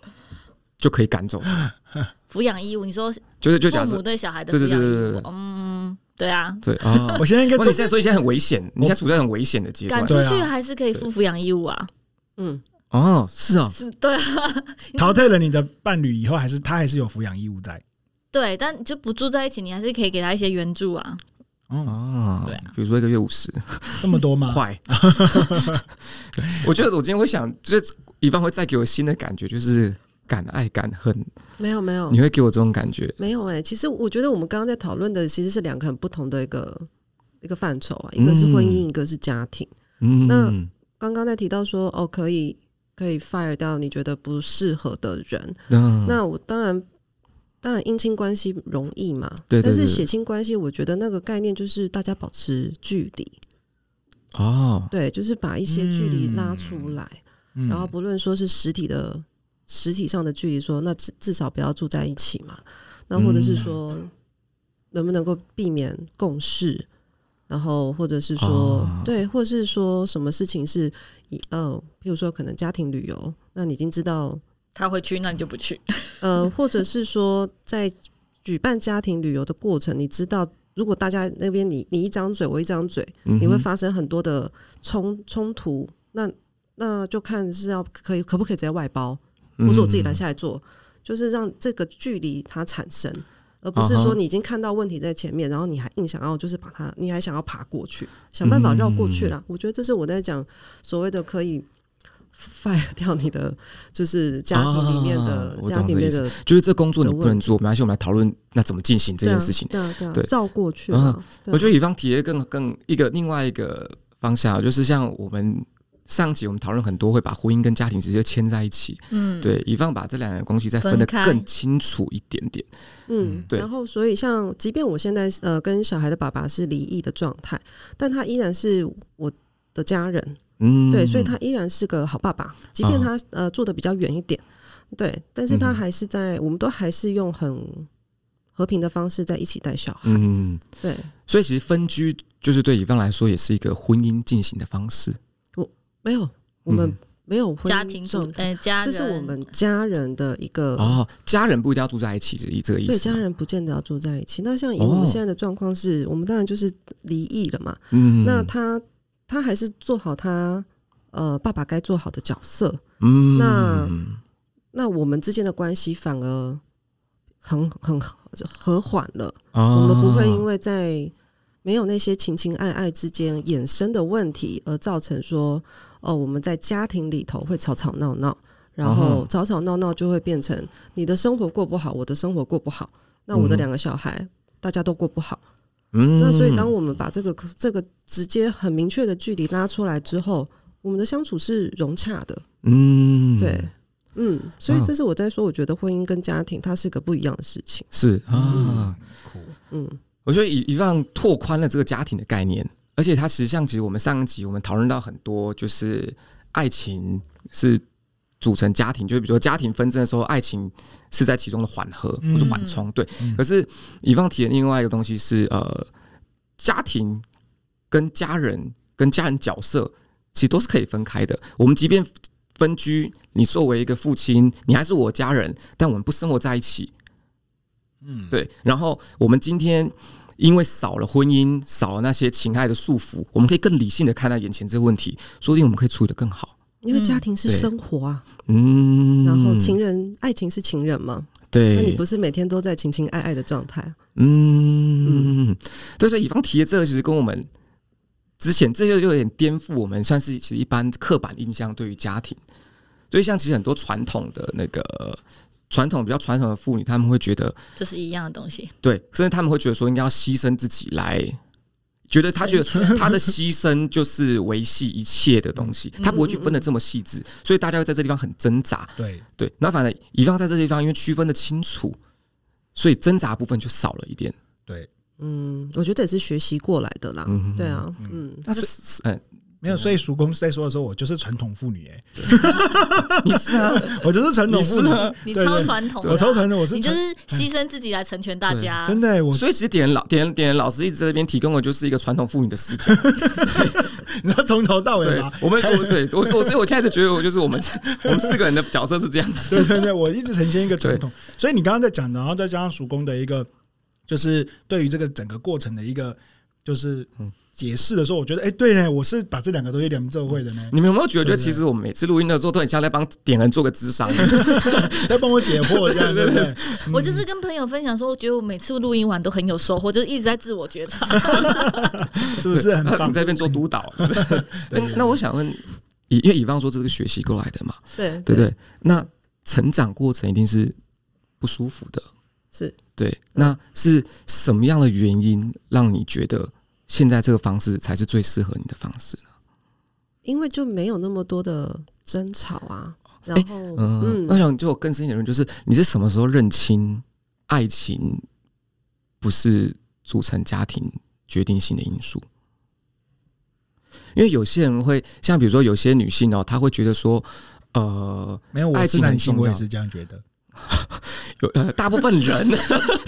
Speaker 4: 就可以赶走他，
Speaker 3: 抚养义务，你说
Speaker 4: 就是就假
Speaker 3: 父
Speaker 4: 设
Speaker 3: 母对小孩的
Speaker 4: 对
Speaker 3: 抚
Speaker 4: 对
Speaker 3: 养
Speaker 4: 对
Speaker 3: 义
Speaker 4: 对对
Speaker 3: 务，嗯，对啊，
Speaker 4: 对 啊。
Speaker 1: 我现在应该
Speaker 4: 哇，
Speaker 1: 做
Speaker 4: 你现在所以现在很危险，你现在处在很危险的阶段
Speaker 3: 赶出
Speaker 1: 对
Speaker 3: 去
Speaker 1: 啊
Speaker 3: 还是可以负抚养义务啊，
Speaker 2: 嗯，
Speaker 4: 哦， 是啊，
Speaker 3: 是对啊，
Speaker 1: 淘汰了你的伴侣以后，还是他还是有抚养义务在。
Speaker 3: 对，但就不住在一起，你还是可以给他一些援助啊，
Speaker 1: 嗯，
Speaker 4: 哦
Speaker 3: 对啊，
Speaker 4: 比如说一个月五十
Speaker 1: 这么多吗？
Speaker 2: 嗯
Speaker 4: 块，我觉得我今天会想，就是一般会再给我新的感觉，就是敢爱敢恨，
Speaker 2: 没有没有
Speaker 4: 你会给我这种感觉，
Speaker 2: 没有哎、其实我觉得我们刚刚在讨论的其实是两个很不同的一个一个范畴啊，一个是婚姻，一个是家庭。那
Speaker 4: 嗯，
Speaker 2: 刚刚在提到说哦，可以可以 fire 掉你觉得不适合的人，
Speaker 4: 那
Speaker 2: 那我当然。当然，姻亲关系容易嘛，
Speaker 4: 对对
Speaker 2: 但
Speaker 4: 对
Speaker 2: 是
Speaker 4: 对
Speaker 2: 血亲关系，我觉得那个概念就是大家保持距离，
Speaker 4: 哦，
Speaker 2: 对，就是把一些距离拉出
Speaker 1: 嗯
Speaker 2: 来。
Speaker 1: 嗯
Speaker 2: 然后不论说是实体的实体上的距离说，那至至少不要住在一起嘛。
Speaker 4: 嗯
Speaker 2: 那或者是说，能不能够避免共事？然后或者是说，
Speaker 4: 啊
Speaker 2: 对，或者是说什么事情是一呃，譬如说可能家庭旅游，那你已经知道，
Speaker 3: 他会去，那你就不 去，
Speaker 2: 呃，或者是说在举办家庭旅游的过程，你知道。如果大家那边你你一张嘴我一张嘴，
Speaker 4: 你
Speaker 2: 你会发生很多的冲冲突，那那就看是要可以可不可以直接外包，
Speaker 4: 不
Speaker 2: 或是我自己拦下来做，就是让这个距离它产生，而不是
Speaker 4: 啊哈
Speaker 2: 说你已经看到问题在前面，然后你还硬想要就是把它，你还想要爬过去，想
Speaker 4: 嗯
Speaker 2: 办法绕过去啦。我觉得这是我在讲所谓的可以 fire 掉你的，就是家庭里面
Speaker 4: 啊
Speaker 2: 的、
Speaker 4: 我懂
Speaker 2: 家庭里面
Speaker 4: 你
Speaker 2: 的
Speaker 4: 就是这工作你不能做，没关系，我们来讨论那怎么进行这件事情。
Speaker 2: 对啊对啊，对
Speaker 4: 对嗯
Speaker 2: 啊绕过去啊嘛。
Speaker 4: 我觉
Speaker 2: 得
Speaker 4: 啊得乙方体验更更一个另外一个方向，就是像我们上集我们讨论很多会把婚姻跟家庭直接牵在一起，
Speaker 3: 嗯，
Speaker 4: 对，以防把这两个东西再分
Speaker 3: 分
Speaker 4: 得
Speaker 3: 开
Speaker 4: 更清楚一点点。
Speaker 2: 嗯，
Speaker 4: 对
Speaker 2: 然后所以像，即便我现在呃跟小孩的爸爸是离异的状态，但他依然是我的家人，
Speaker 4: 嗯，
Speaker 2: 对，所以他依然是个好爸爸，即便他、呃住的比较远一点，对，但是他
Speaker 4: 嗯哼
Speaker 2: 还是在，我们都还是用很和平的方式在一起带小孩，
Speaker 4: 嗯，
Speaker 2: 对
Speaker 4: 所以其实分居就是对以方来说也是一个婚姻进行的方式。
Speaker 2: 没有，我们
Speaker 4: 嗯
Speaker 2: 没有婚姻
Speaker 3: 家庭主
Speaker 2: 状态，
Speaker 3: 呃家
Speaker 2: 这是我
Speaker 3: 人
Speaker 2: 们家人的一个
Speaker 4: 哦，家人不一定要住在一起，以这个意思。
Speaker 2: 呃对家，人不见得要住在一起。那像以我们
Speaker 4: 哦
Speaker 2: 现在的状况是，我们当然就是离异了嘛。
Speaker 4: 嗯
Speaker 2: 那他他还是做好他呃爸爸该做好的角色。
Speaker 4: 嗯
Speaker 2: 那那我们之间的关系反而很很就和缓了。
Speaker 4: 哦
Speaker 2: 我们不会因
Speaker 4: 为
Speaker 2: 为在没有那些情情爱爱之间衍生的问题，而造成说哦我们在家庭里头会吵吵闹闹，然
Speaker 4: 嗯
Speaker 2: 后
Speaker 4: 哼
Speaker 2: 吵吵闹闹就会变成你的生活过不好，我的生活过不好，那我的
Speaker 4: 嗯哼
Speaker 2: 两个小孩、大家都过不好。
Speaker 4: 嗯
Speaker 2: 那所以，当我们把这个这个直接很明确的距离拉出来之后，我们的相处是融洽的，
Speaker 4: 嗯啊
Speaker 2: 对，嗯，所以
Speaker 4: 哇
Speaker 2: 这是我在说，我觉得婚姻跟家庭它是个不一样的事情，
Speaker 4: 是
Speaker 1: 嗯
Speaker 4: 啊，
Speaker 1: 酷，
Speaker 2: 嗯，
Speaker 4: 我觉得以以放拓宽了这个家庭的概念，而且它实际上其实我们上一集我们讨论到很多，就是爱情是组成家庭，就是比如说家庭纷争的时候，爱情是在其中的缓和
Speaker 1: 嗯
Speaker 4: 或者缓冲。对，
Speaker 1: 嗯
Speaker 4: 可是以放提的另外一个东西是呃，家庭跟家人跟家人角色其实都是可以分开的。我们即便分居，你作为一个父亲，你还是我家人，但我们不生活在一起，
Speaker 1: 嗯，
Speaker 4: 对，然后我们今天因为少了婚姻，少了那些情爱的束缚，我们可以更理性的看待眼前这个问题，说不定我们可以处理得更好。
Speaker 2: 因为家庭是
Speaker 4: 嗯对
Speaker 2: 生活啊，
Speaker 4: 嗯，
Speaker 2: 然后情人爱情是情人嘛，
Speaker 4: 对，
Speaker 2: 那你不是每天都在情情爱爱的状态，
Speaker 4: 嗯，对，所以以方提的这个其实跟我们之前这就有点颠覆我们算是其实一般刻板印象对于家庭，所以像其实很多传统的那个传统比较传统的妇女，她们会觉得
Speaker 3: 这是一样的东西，
Speaker 4: 对，甚至他们会觉得说应该要牺牲自己来，觉得他觉得他的牺牲就是维系一切的东西，他不会去分的这么细致，所以大家会在这地方很挣扎。
Speaker 1: 对，
Speaker 4: 对，那反正乙方在这地方因为区分的清楚，所以挣扎部分就少了一点。
Speaker 2: 嗯，我觉得这也是学习过来的啦，
Speaker 4: 嗯
Speaker 2: 对啊，嗯，
Speaker 4: 但是嗯，
Speaker 1: 没有。所以叔公在说的时候，我就是传统妇女，哎，
Speaker 4: 你是啊，
Speaker 1: 我就是传统妇女，
Speaker 3: 你
Speaker 1: 对
Speaker 3: 超
Speaker 1: 对
Speaker 3: 传统的啊，
Speaker 1: 我超传统，我是
Speaker 3: 你就
Speaker 1: 传
Speaker 3: 是牺牲自己来成全大家，
Speaker 1: 真的欸，我
Speaker 4: 所以其实点老点点老师一直在这边提供的就是一个传统妇女的视角。
Speaker 1: 你要从头到尾
Speaker 4: 对
Speaker 1: 吗？，
Speaker 4: 我们我对我我所以我现在就觉得我就是我们我们四个人的角色是这样子。
Speaker 1: 对对对，我一直呈现一个传统，所以你刚刚在讲，然后再加上叔公的一个，就是对于这个整个过程的一个，就是
Speaker 4: 嗯
Speaker 1: 解释的时候，我觉得，哎、对呢，我是把这两个东西连这会的呢，
Speaker 4: 你们有没有觉
Speaker 1: 对对
Speaker 4: 得，其实我们每次录音的时候，都很像在帮点人做个智商？
Speaker 1: 在帮我解惑，这 样对不对？
Speaker 3: 啊我就是跟朋友分享说，我觉得我每次录音完都很有收获，就是一直在自我觉察。
Speaker 1: 是不是很棒
Speaker 4: 你？在那边做督导。
Speaker 1: 对
Speaker 4: 那
Speaker 1: 对
Speaker 4: 那我想问，以因为以方说这是个学习过来的嘛，
Speaker 2: 对
Speaker 4: 对不对？那成长过程一定是不舒服的，
Speaker 2: 是
Speaker 4: 对？那是什么样的原因让你觉得现在这个方式才是最适合你的方式呢？
Speaker 2: 因为就没有那么多的争吵啊，然
Speaker 4: 哎
Speaker 2: 后、
Speaker 4: 嗯，那我想就有更深一点的问，就是你是什么时候认清爱情不是组成家庭决定性的因素？因为有些人会像比如说有些女性哦，她会觉得说，呃，
Speaker 1: 没有，我
Speaker 4: 爱
Speaker 1: 是
Speaker 4: 情很
Speaker 1: 男性，
Speaker 4: 重
Speaker 1: 我也
Speaker 4: 要
Speaker 1: 是这样觉得。
Speaker 4: 有呃，大部分人，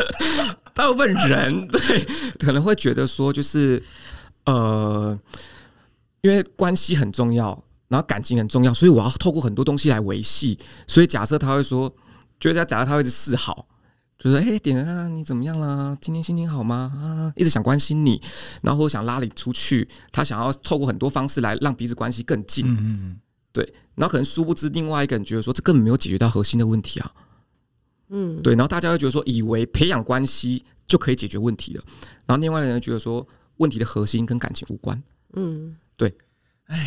Speaker 4: 大部分 人对可能会觉得说，就是呃，因为关系很重要，然后感情很重要，所以我要透过很多东西来维系。所以假设他会说，就是假设他会一直示好，就说：“哎、点儿啊，你怎么样啦？今天心情好吗？啊，一直想关心你，然后或想拉你出去，他想要透过很多方式来让彼此关系更近。
Speaker 1: 嗯嗯
Speaker 4: 然后可能殊不知，另外一个人觉得说，这根本没有解决到核心的问题啊。
Speaker 2: 嗯，
Speaker 4: 对，然后大家会觉得说，以为培养关系就可以解决问题了，然后另外的人觉得说，问题的核心跟感情无关，
Speaker 2: 嗯，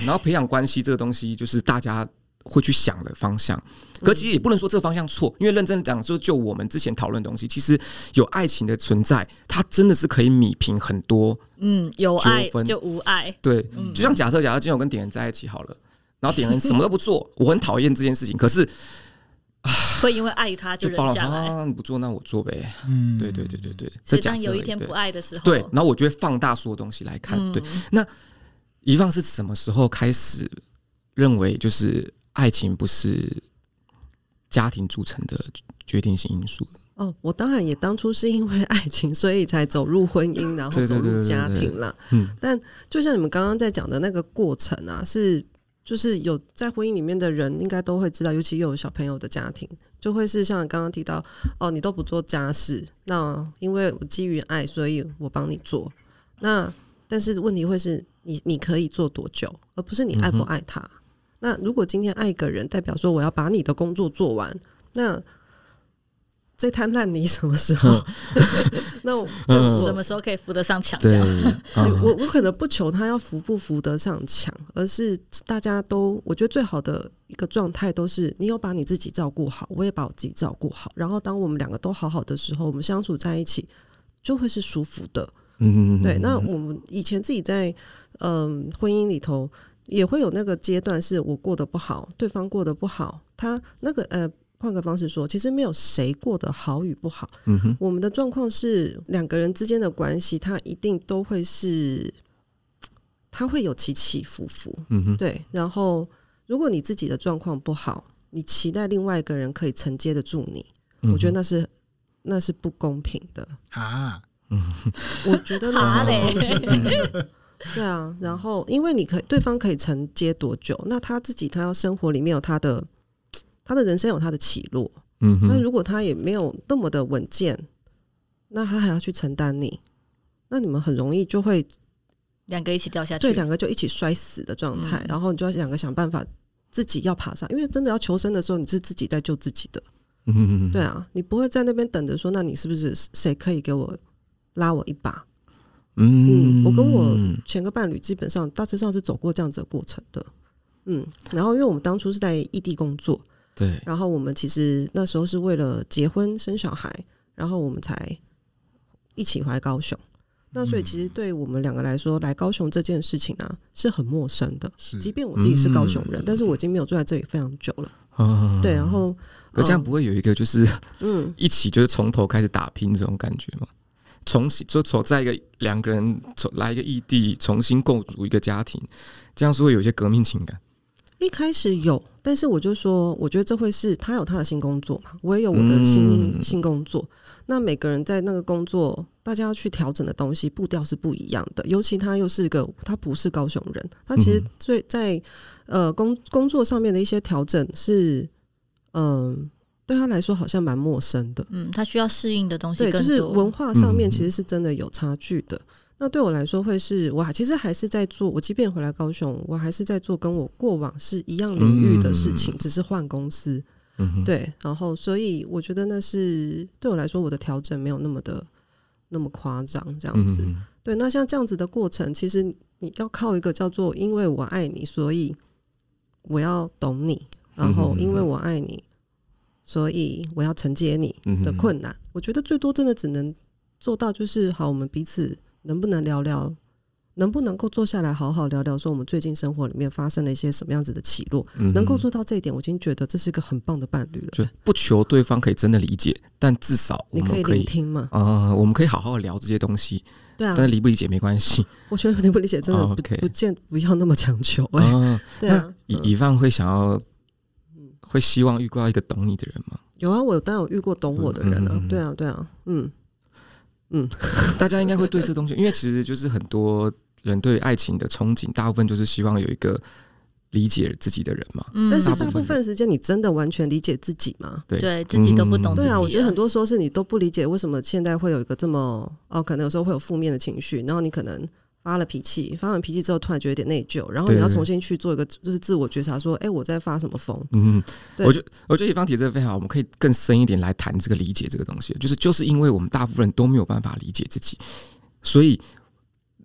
Speaker 4: 然后培养关系这个东西就是大家会去想的方向，可其实也不能说这个方向错，因为认真讲，就就我们之前讨论的东西，其实有爱情的存在，它真的是可以弭平很多
Speaker 3: 嗯，有爱
Speaker 4: 纠纷
Speaker 3: 就无爱，
Speaker 4: 对，
Speaker 3: 嗯
Speaker 4: 就像假设，假设今天我跟点人在一起好了，然后点人什么都不做，我很讨厌这件事情。可是
Speaker 3: 会因为爱他就
Speaker 4: 就包
Speaker 3: 忍
Speaker 4: 容啊
Speaker 3: 下来。
Speaker 4: 他，你不做那我做呗。
Speaker 1: 嗯，
Speaker 4: 对对对对对，
Speaker 3: 所
Speaker 4: 这
Speaker 3: 以
Speaker 4: 假
Speaker 3: 当
Speaker 4: 设
Speaker 3: 有
Speaker 4: 而
Speaker 3: 一
Speaker 4: 已
Speaker 3: 天不
Speaker 4: 对
Speaker 3: 爱的时候，嗯
Speaker 4: 对，然后我就会放大所有东西来看。对，那遗忘是什么时候开始认为就是爱情不是家庭组成的决定性因素？
Speaker 2: 哦，我当然也当初是因为爱情，所以才走入婚姻，然后
Speaker 4: 对对
Speaker 2: 走
Speaker 4: 对
Speaker 2: 入
Speaker 4: 对
Speaker 2: 家
Speaker 4: 对
Speaker 2: 庭啦。
Speaker 4: 嗯，
Speaker 2: 但就像你们刚刚在讲的那个过程啊，是就是有在婚姻里面的人应该都会知道，尤其又有小朋友的家庭，就会是像刚刚提到哦，你都不做家事，那因为我基于爱，所以我帮你做。那但是问题会是你你可以做多久，而不是你爱不爱他。那如果今天爱一个人，代表说我要把你的工作做完，那这摊烂泥什么时候？ 那我
Speaker 4: 嗯
Speaker 3: 什么时候可以扶得上墙？这
Speaker 4: 对
Speaker 3: 样，
Speaker 4: 嗯
Speaker 2: 我我可能不求他要扶不扶得上墙，而是大家都，我觉得最好的一个状态都是你有把你自己照顾好，我也把我自己照顾好。然后当我们两个都好好的时候，我们相处在一起就会是舒服的。
Speaker 4: 嗯，
Speaker 2: 对，那我们以前自己在嗯婚姻里头也会有那个阶段，是我过得不好，对方过得不好，他那个呃。换个方式说，其实没有谁过得好与不好，
Speaker 4: 嗯哼，
Speaker 2: 我们的状况是两个人之间的关系，它一定都会是，它会有起起伏伏。
Speaker 4: 嗯哼，
Speaker 2: 对，然后如果你自己的状况不好，你期待另外一个人可以承接得住你，
Speaker 4: 嗯哼
Speaker 2: 我觉得那是那是不公平的。
Speaker 1: 啊，
Speaker 2: 我觉得那
Speaker 3: 爬
Speaker 2: 是不公
Speaker 3: 嘞
Speaker 2: 平。，对啊，然后因为你可以，对方可以承接多久？那他自己他要生活里面有他的，他的人生有他的起落。
Speaker 4: 嗯
Speaker 2: 那
Speaker 4: 哼，
Speaker 2: 如果他也没有那么的稳健，那他还要去承担你，那你们很容易就会
Speaker 3: 两个一起掉下去。
Speaker 2: 对两个就一起摔死的状态，
Speaker 3: 嗯
Speaker 2: 然后你就要两个想办法自己要爬上，因为真的要求生的时候，你是自己在救自己的，
Speaker 4: 嗯哼，
Speaker 2: 对啊，你不会在那边等着说，那你是不是谁可以给我拉我一把？
Speaker 4: 嗯，
Speaker 2: 嗯我跟我前个伴侣基本上大致上是走过这样子的过程的，嗯，然后因为我们当初是在异地工作，
Speaker 4: 对，
Speaker 2: 然后我们其实那时候是为了结婚生小孩，然后我们才一起回来高雄。那所以其实对我们两个来说，来高雄这件事情啊是很陌生的。
Speaker 1: 是
Speaker 2: 即便我自己是高雄人，但是我已经没有住在这里非常久了。
Speaker 4: 嗯，
Speaker 2: 对，然后
Speaker 4: 可这样不会有一个就是
Speaker 2: 嗯，
Speaker 4: 一起就是从头开始打拼这种感觉吗？重新就从在一个两个人从来一个异地重新构筑一个家庭，这样是会有一些革命情感。
Speaker 2: 一开始有，但是我就说，我觉得这会是他有他的新工作嘛，我也有我的
Speaker 4: 嗯
Speaker 2: 新、新工作。那每个人在那个工作，大家要去调整的东西步调是不一样的。尤其他又是一个，他不是高雄人，他其实
Speaker 4: 嗯
Speaker 2: 最在呃工工作上面的一些调整是，嗯、对他来说好像蛮陌生的。
Speaker 3: 嗯，他需要适应的东西
Speaker 2: 对，
Speaker 3: 更多。
Speaker 2: 就是文化上面
Speaker 4: 嗯
Speaker 2: 其实是真的有差距的。那对我来说，会是我还其实还是在做，我即便回来高雄，我还是在做跟我过往是一样领域的事情，
Speaker 4: 嗯
Speaker 2: 只是换公司。
Speaker 4: 嗯哼，
Speaker 2: 对，然后所以我觉得那是对我来说，我的调整没有那么的那么夸张，这样
Speaker 4: 嗯
Speaker 2: 子。
Speaker 4: 哼，
Speaker 2: 对，那像这样子的过程，其实你要靠一个叫做“因为我爱你，所以我要懂你”，然后“
Speaker 4: 嗯
Speaker 2: 因为我爱你，所以我要承接你”
Speaker 4: 嗯哼
Speaker 2: 的困难。我觉得最多真的只能做到就是，好，我们彼此能不能聊聊，能不能够坐下来好好聊聊，说我们最近生活里面发生了一些什么样子的起落。
Speaker 4: 嗯哼
Speaker 2: 能够做到这一点，我已经觉得这是一个很棒的伴侣了。
Speaker 4: 就不求对方可以真的理解，但至少我
Speaker 2: 你可
Speaker 4: 们
Speaker 2: 以
Speaker 4: 可
Speaker 2: 聆
Speaker 4: 以
Speaker 2: 听嘛？
Speaker 4: 啊、我们可以好好地聊这些东西，
Speaker 2: 对啊
Speaker 4: 但，是理不理解没关系。
Speaker 2: 我觉得你不理解，真的
Speaker 4: 哦
Speaker 2: 不、
Speaker 4: ，OK
Speaker 2: 不见不要那么强求、
Speaker 4: 啊、
Speaker 2: 哎、对啊
Speaker 4: 那，以
Speaker 2: 嗯
Speaker 4: 以范会想要，会希望遇到一个懂你的人吗？
Speaker 2: 有啊，我有当然有遇过懂我的人啊，
Speaker 4: 嗯嗯嗯
Speaker 2: 对啊，对啊，嗯，
Speaker 4: 大家应该会对这东西， 因为其实就是很多人对爱情的憧憬，大部分就是希望有一个理解自己的人嘛。
Speaker 3: 嗯，
Speaker 2: 但是
Speaker 4: 大部
Speaker 2: 大部
Speaker 4: 分
Speaker 2: 分时间你真的完全理解自己吗？
Speaker 4: 对
Speaker 3: 对自己都不懂
Speaker 4: 嗯
Speaker 3: 自
Speaker 2: 对
Speaker 3: 己
Speaker 2: 啊，
Speaker 3: 了
Speaker 2: 我觉得很多时候是你都不理解为什么现在会有一个这么哦，可能有时候会有负面的情绪，然后你可能发了脾气，发完脾气之后突然觉得有点内疚，然后你
Speaker 4: 对
Speaker 2: 要
Speaker 4: 对
Speaker 2: 重新去做一个就是自我觉察，说，哎、我在发什么疯？
Speaker 4: 嗯，
Speaker 2: 对
Speaker 4: 我觉得我觉得乙方提这个非常好，我们可以更深一点来谈这个理解这个东西，就是就是因为我们大部分人都没有办法理解自己，所以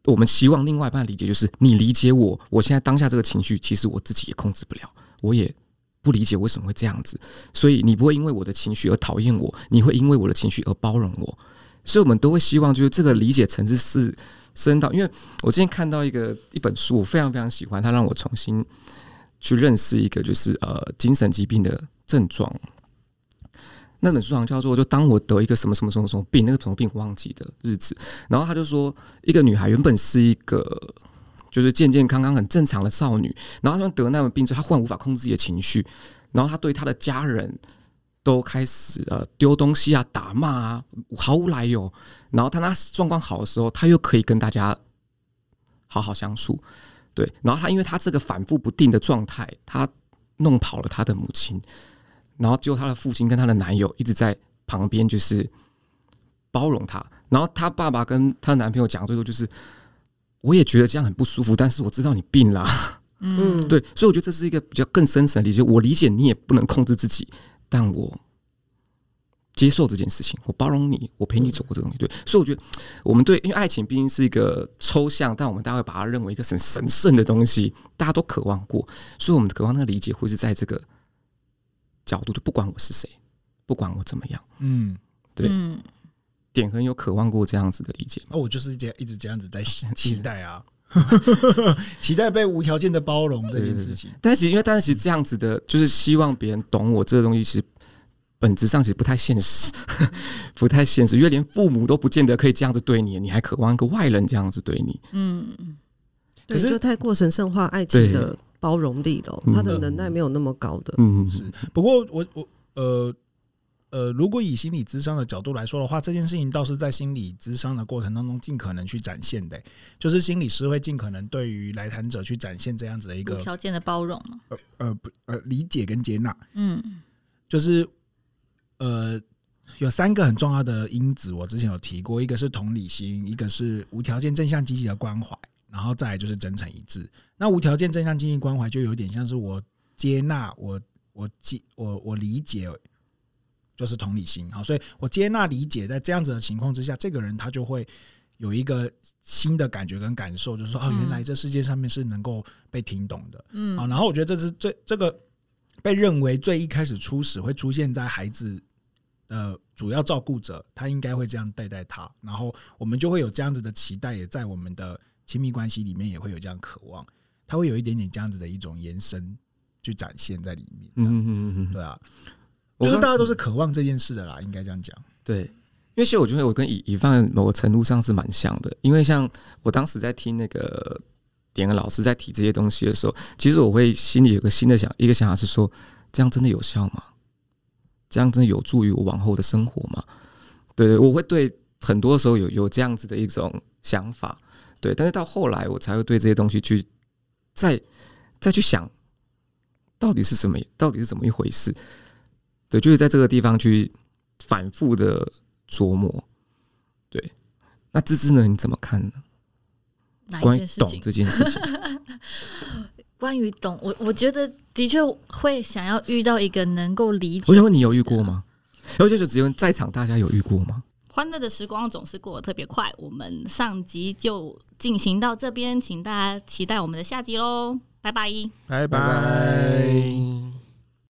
Speaker 4: 我们希望另外一半理解，就是你理解我，我现在当下这个情绪，其实我自己也控制不了，我也不理解为什么会这样子，所以你不会因为我的情绪而讨厌我，你会因为我的情绪而包容我，所以我们都会希望就是这个理解层次是深到，因为我之前看到一个一本书，我非常非常喜欢，它让我重新去认识一个就是呃精神疾病的症状。那本书上叫做“就当我得一个什么什么什么什么病，那个什么病我忘记的日子”，然后他就说，一个女孩原本是一个就是健健康康、很正常的少女，然后她得那种病之后，她忽然无法控制自己的情绪，然后她对她的家人都开始呃丢东西啊、打骂啊，毫无来由。然后当她状况好的时候，她又可以跟大家好好相处，对。然后她因为她这个反复不定的状态，她弄跑了她的母亲，然后只有她的父亲跟她的男友一直在旁边，就是包容她。然后她爸爸跟她男朋友讲，最多就是。我也觉得这样很不舒服，但是我知道你病啦，
Speaker 3: 嗯，
Speaker 2: 嗯，
Speaker 4: 对，所以我觉得这是一个比较更深层的理解。我理解你也不能控制自己，但我接受这件事情，我包容你，我陪你走过这个东西。对，所以我觉得我们对，因为爱情毕竟是一个抽象，但我们大概把它认为一个很神圣的东西，大家都渴望过，所以我们渴望那个理解会是在这个角度，就不管我是谁，不管我怎么样，
Speaker 1: 嗯，
Speaker 4: 对
Speaker 3: 嗯
Speaker 4: 点恒有渴望过这样子的理解吗？
Speaker 1: 那我就是这样一直这样 子在期期待啊， 期待被无条件的包容这件事情。
Speaker 4: 但其实，因为但是其实这样子的，就是希望别人懂我这个东西，其实本质上其实不太现实， 不太现实，因为连父母都不见得可以这样子对你，你还渴望一个外人这样子对你？
Speaker 3: 嗯，
Speaker 2: 对，
Speaker 1: 可是
Speaker 2: 就太过神圣化爱情
Speaker 4: 对
Speaker 2: 的包容力了，
Speaker 4: 嗯
Speaker 2: 他的能耐没有那么高的。
Speaker 4: 嗯，
Speaker 1: 是不过我我呃呃，如果以心理咨商的角度来说的话，这件事情倒是在心理咨商的过程当中尽可能去展现的、就是心理师会尽可能对于来谈者去展现这样子的一
Speaker 3: 无
Speaker 1: 个
Speaker 3: 条件的包容嘛，
Speaker 1: 呃不呃理解跟接纳，
Speaker 3: 嗯
Speaker 1: 就是呃。有三个很重要的因子，我之前有提过，一个是同理心，一个是无条件正向积极的关怀，然后再来就是真诚一致。那无条件正向积极关怀就有点像是我接纳我我接我我理解，就是同理心好，所以我接纳理解，在这样子的情况之下，这个人他就会有一个新的感觉跟感受，就是说哦，
Speaker 3: 嗯
Speaker 1: 原来这世界上面是能够被听懂的。
Speaker 3: 嗯
Speaker 1: 啊，然后我觉得这是最这个被认为最一开始初始会出现在孩子的主要照顾者，他应该会这样对待他，然后我们就会有这样子的期待，也在我们的亲密关系里面也会有这样渴望，他会有一点点这样子的一种延伸去展现在里面。
Speaker 4: 嗯
Speaker 1: 嗯，
Speaker 4: 嗯嗯嗯，
Speaker 1: 对啊，
Speaker 4: 我
Speaker 1: 就是
Speaker 4: 刚
Speaker 1: 大家都是渴望这件事的啦，应该这样讲。
Speaker 4: 对，因为其实我觉得我跟以以范某个程度上是蛮像的，因为像我当时在听那个点恩老师在提这些东西的时候，其实我会心里有个新的想一个想法是说，这样真的有效吗？这样真的有助于我往后的生活吗？对对，我会对很多时候有有这样子的一种想法，对，但是到后来我才会对这些东西去再再去想，到底是什么，到底是怎么一回事？对，就是在这个地方去反复的琢磨。对，那芝芝呢？你怎么看呢？
Speaker 3: 哪一
Speaker 4: 关于
Speaker 3: 件事
Speaker 4: 懂
Speaker 3: 情？
Speaker 4: 这件事情，
Speaker 3: 关于懂，我我觉得的确会想要遇到一个能够理解。
Speaker 4: 我想问你有遇过？吗？ 而且就只有在场大家有遇过吗？
Speaker 3: 欢乐的时光总是过得特别快，我们上集就进行到这边，请大家期待我们的下集喽，拜拜。
Speaker 1: 拜
Speaker 4: 拜拜